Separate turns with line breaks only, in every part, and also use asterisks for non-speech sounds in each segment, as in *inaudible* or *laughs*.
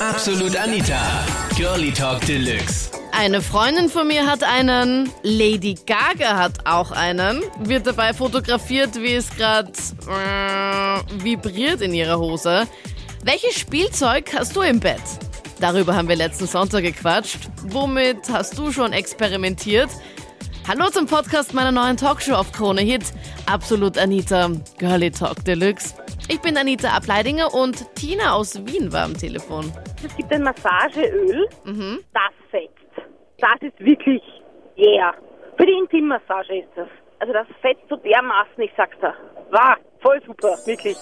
Absolut Anita. Girlie Talk Deluxe.
Eine Freundin von mir hat einen, Lady Gaga hat auch einen, wird dabei fotografiert, wie es gerade äh, vibriert in ihrer Hose. Welches Spielzeug hast du im Bett? Darüber haben wir letzten Sonntag gequatscht. Womit hast du schon experimentiert? Hallo zum Podcast meiner neuen Talkshow auf Krone Hit. Absolut Anita, Girlie Talk Deluxe. Ich bin Anita Ableidinger und Tina aus Wien war am Telefon.
Es gibt ein Massageöl, das fetzt. Das ist wirklich yeah. Für die Intimmassage ist das. Also das fetzt so dermaßen, ich sag's dir. War voll super, wirklich.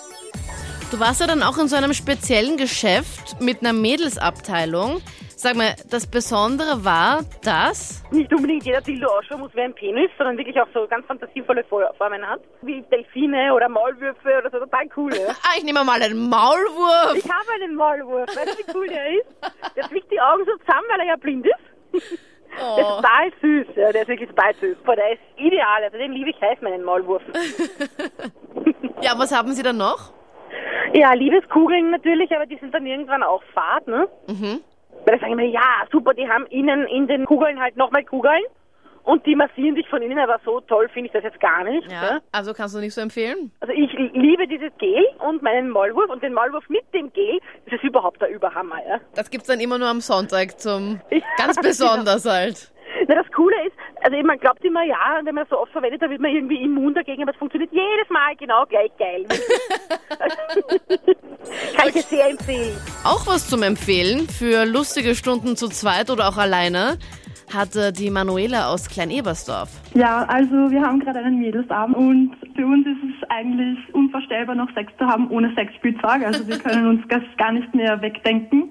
Du warst ja dann auch in so einem speziellen Geschäft mit einer Mädelsabteilung. Sag mal, das Besondere war das?
Nicht unbedingt jeder Dildo ausschauen muss wie ein Penis, sondern wirklich auch so ganz fantasievolle Vor- Formen hat. Wie Delfine oder Maulwürfe oder so, total cool. Ja.
Ah, ich nehme mal einen Maulwurf.
Ich habe einen Maulwurf, weißt du, wie cool der ist? Der fliegt die Augen so zusammen, weil er ja blind ist. Der ist
Oh.
total süß, ja, der ist wirklich total süß. Boah, der ist ideal, also den liebe ich heiß, meinen Maulwurf.
Ja, was haben sie dann noch?
Ja, Liebeskugeln natürlich, aber die sind dann irgendwann auch fad, ne? Weil da sagen wir, ja, super, die haben innen in den Kugeln halt nochmal Kugeln und die massieren sich von innen, aber so toll finde ich das jetzt gar nicht.
Ja,
ne?
also kannst du nicht so empfehlen?
Also ich liebe dieses Gel und meinen Maulwurf und den Maulwurf mit dem Gel, das ist überhaupt der Überhammer, ja.
Das gibt's dann immer nur am Sonntag zum
Ja.
*laughs*
ganz besonders halt.
Na, das Coole ist, also man glaubt immer, ja, und wenn man das so oft verwendet, dann wird man irgendwie immun dagegen, aber es funktioniert jedes Mal genau gleich geil. Kann ich dir sehr empfehlen.
Auch was zum Empfehlen für lustige Stunden zu zweit oder auch alleine hatte die Manuela aus Klein-Ebersdorf.
Ja, also wir haben gerade einen Mädelsabend und für uns ist es eigentlich unvorstellbar, noch Sex zu haben ohne Sexspielzeug. Also wir können uns das gar nicht mehr wegdenken,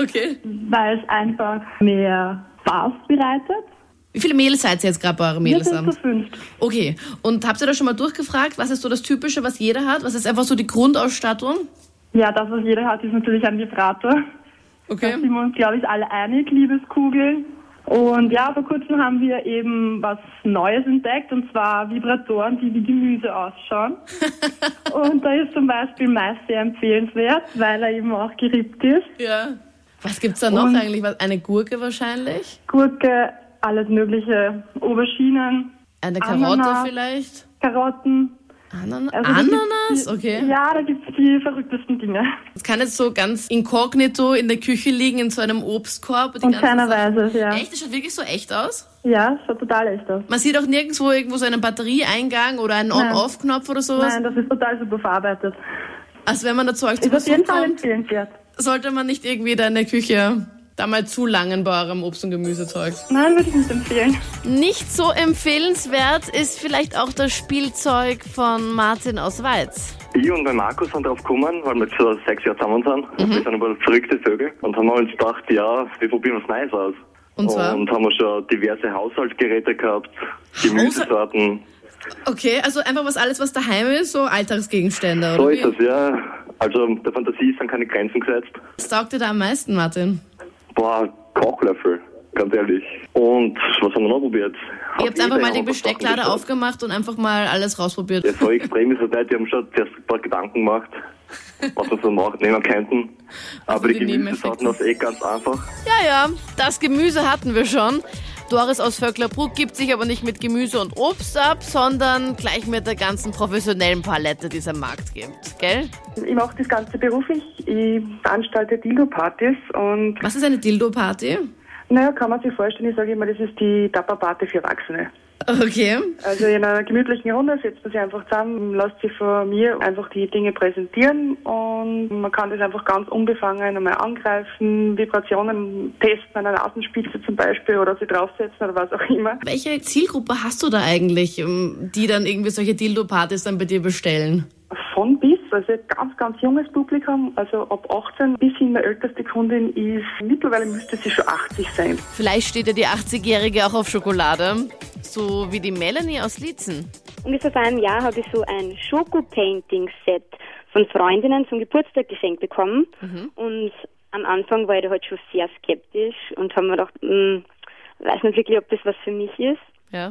Okay.
weil es einfach mehr Spaß bereitet.
Wie viele Mädels seid ihr jetzt gerade bei eurem
Wir sind zu
Mädelsabend?
fünft.
Okay. Und habt ihr da schon mal durchgefragt, was ist so das Typische, was jeder hat? Was ist einfach so die Grundausstattung?
Ja, das, was jeder hat, ist natürlich ein Vibrator. Da *laughs* sind wir uns, glaube ich, alle einig, Liebeskugel. Und ja, vor kurzem haben wir eben was Neues entdeckt, und zwar Vibratoren, die wie
*laughs*
Gemüse ausschauen. und da ist zum Beispiel Mais sehr empfehlenswert, weil er eben auch geriebt ist.
Ja. Was gibt's da noch
Und-
eigentlich? Was- Eine Gurke wahrscheinlich?
Gurke, alles mögliche, Auberginen,
Eine Karotte
Ananas.
vielleicht?
Karotten.
Anan
Also da gibt's
Ananas?
die-
Okay.
Ja, da gibt's die verrücktesten Dinge. *laughs*
Es kann jetzt so ganz inkognito in der Küche liegen, in so einem Obstkorb. die
Und
ganzen
keiner
Sachen.
weiß es, ja.
Echt? Das schaut wirklich so echt aus?
Ja, schaut total echt aus.
Man sieht auch nirgendwo irgendwo so einen Batterieeingang oder einen
Nein.
On-Off-Knopf oder sowas.
Nein, das ist total super verarbeitet.
Also wenn man da zu euch zu
Ist auf jeden
Besuch
Fall
kommt,
empfehlenswert.
sollte man nicht irgendwie da in der Küche da mal zu langen bei eurem Obst- und Gemüsezeug.
Nein, würde ich nicht empfehlen.
Nicht so empfehlenswert ist vielleicht auch das Spielzeug von Martin aus Weiz.
Ich und mein Markus sind drauf gekommen, weil wir jetzt schon sechs Jahre zusammen sind.
Mhm.
Wir sind aber verrückte Vögel und haben uns gedacht, ja, wir probieren was Neues aus.
Und zwar?
Und haben wir schon diverse Haushaltsgeräte gehabt, Gemüsesorten.
Okay, also einfach was alles, was daheim ist, so Alltagsgegenstände.
So
Oder
ist
wie?
das, ja. Also der Fantasie sind keine Grenzen gesetzt.
Was taugt dir da am meisten, Martin?
Boah, Kochlöffel, ganz ehrlich. Und was haben wir noch probiert?
Ihr habt einfach mal die Bestecklade aufgemacht und einfach mal alles rausprobiert.
Ja, so extrem ist es nicht. Die haben schon zuerst ein paar
*laughs*
Gedanken gemacht, was wir so machen, nehmen könnten.
Also
Aber die
die
Gemüsesorten, das ist eh ganz einfach.
Ja, ja, das Gemüse hatten wir schon. Doris aus Vöcklerbruck gibt sich aber nicht mit Gemüse und Obst ab, sondern gleich mit der ganzen professionellen Palette, die es am Markt gibt. Gell?
Ich mache das Ganze beruflich. Ich veranstalte Dildo-Partys und,
Was ist eine Dildo-Party?
naja, kann man sich vorstellen, ich sage immer, das ist die Tapperparty für Erwachsene.
Okay.
Also in einer gemütlichen Runde setzt man sich einfach zusammen, lässt sich von mir einfach die Dinge präsentieren und man kann das einfach ganz unbefangen einmal angreifen, Vibrationen testen an der Nasenspitze zum Beispiel oder sie draufsetzen oder was auch immer.
Welche Zielgruppe hast du da eigentlich, ähm, die dann irgendwie solche Dildo-Partys dann bei dir bestellen?
Von bis, also ganz, ganz junges Publikum, also ab 18 bis hin, meine älteste Kundin ist, mittlerweile müsste sie schon 80 sein.
Vielleicht steht ja die 80-Jährige auch auf Schokolade. So wie die Melanie aus Liezen.
Ungefähr vor einem Jahr habe ich so ein Schoko-Painting-Set von Freundinnen zum Geburtstag geschenkt bekommen. Und am Anfang war ich da halt schon sehr skeptisch und habe mir gedacht, hm, weiß nicht wirklich, ob das was für mich ist.
Ja.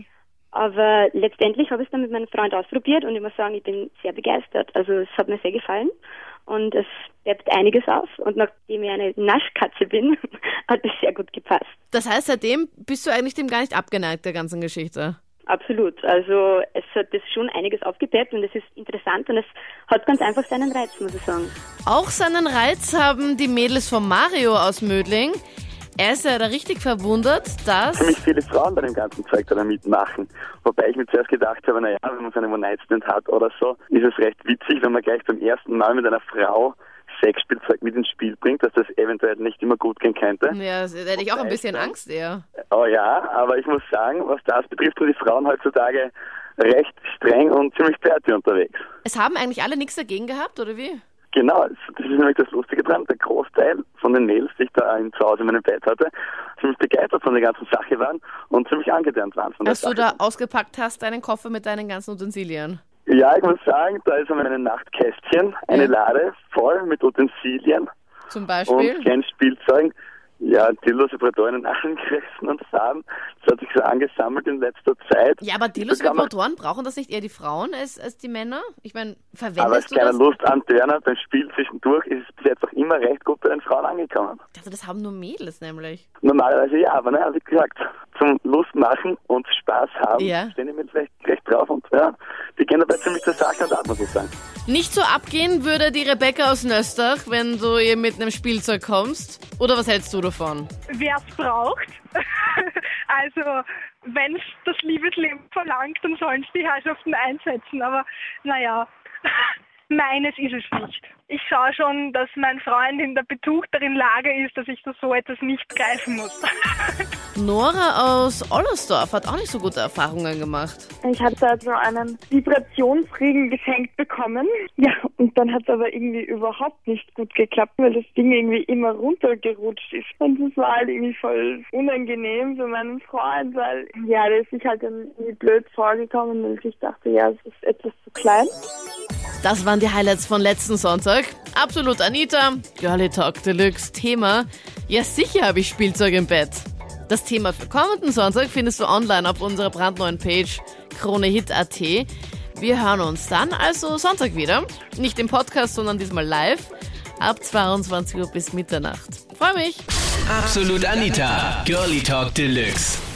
Aber letztendlich habe ich es dann mit meinem Freund ausprobiert und ich muss sagen, ich bin sehr begeistert. Also es hat mir sehr gefallen und es bleibt einiges auf. Und nachdem ich eine Naschkatze bin, *laughs* hat es sehr gut gepasst.
Das heißt, seitdem bist du eigentlich dem gar nicht abgeneigt, der ganzen Geschichte.
Absolut. Also es hat das schon einiges aufgepeppt und es ist interessant und es hat ganz einfach seinen Reiz, muss ich sagen.
Auch seinen Reiz haben die Mädels von Mario aus Mödling. Er ist ja da richtig verwundert, dass...
ziemlich viele Frauen bei dem ganzen Zeug da mitmachen. Wobei ich mir zuerst gedacht habe, naja, wenn man so einen One-Night-Stand hat oder so, ist es recht witzig, wenn man gleich zum ersten Mal mit einer Frau Sexspielzeug mit ins Spiel bringt, dass das eventuell nicht immer gut gehen könnte.
Ja, da hätte ich auch ein bisschen Angst eher.
Oh ja, aber ich muss sagen, was das betrifft, sind die Frauen heutzutage recht streng und ziemlich dirty unterwegs.
Es haben eigentlich alle nichts dagegen gehabt, oder wie?
Genau, das ist nämlich das Lustige dran. Der Großteil von den Mädels, die ich da in, zu Hause in meinem Bett hatte, ziemlich begeistert von der ganzen Sache waren und ziemlich angedehnt waren von der
Dass du
Sache.
da ausgepackt hast, deinen Koffer mit deinen ganzen Utensilien.
Ja, ich muss sagen, da ist um einmal ein Nachtkästchen, eine Lade voll mit Utensilien
Zum
und
Beispiel.
kleinen Spielzeugen. Ja, Dildos, Vibratoren in allen Größen und Farben. Das hat sich so angesammelt in letzter Zeit.
Ja, aber Dildos
Da kann man-
Vibratoren brauchen das nicht eher die Frauen als, als die Männer? Ich meine,
Aber als
verwendest du
kleiner
das?
Lust an Dörner beim Spiel zwischendurch ist es bis jetzt auch immer recht gut bei den Frauen angekommen.
Ich dachte, Also, das haben nur Mädels nämlich.
Normalerweise ja, aber naja, wie gesagt, zum Lust machen und Spaß haben,
Ja.
stehen die mit recht, recht drauf und ja, die gehen dabei ziemlich zur Sache und ab, muss ich sagen.
Nicht so abgehen würde die Rebecca aus Nöstach, wenn du ihr mit einem Spielzeug kommst. Oder was hältst du davon?
wer es braucht. *laughs* also wenn es das Liebesleben verlangt, dann sollen es die Herrschaften einsetzen. Aber naja, *laughs* meines ist es nicht. Ich schaue schon, dass mein Freund in der betuchteren Lage ist, dass ich zu so etwas nicht greifen muss.
Nora aus Ollersdorf hat auch nicht so gute Erfahrungen gemacht.
Ich hatte also einen Vibrationsriegel geschenkt bekommen. Ja, und dann hat es aber irgendwie überhaupt nicht gut geklappt, weil das Ding irgendwie immer runtergerutscht ist. Und das war halt irgendwie voll unangenehm für meinen Freund, weil ja, der ist sich halt dann irgendwie blöd vorgekommen und ich dachte, ja, es ist etwas zu klein.
Das waren die Highlights von letzten Sonntag. Absolut Anita, Girlie Talk Deluxe, Thema. Ja, sicher habe ich Spielzeug im Bett. Das Thema für kommenden Sonntag findest du online auf unserer brandneuen Page kronehit.at. Wir hören uns dann also Sonntag wieder. Nicht im Podcast, sondern diesmal live. Ab 22 Uhr bis Mitternacht. Freue mich.
Absolut Anita. Girlie Talk Deluxe.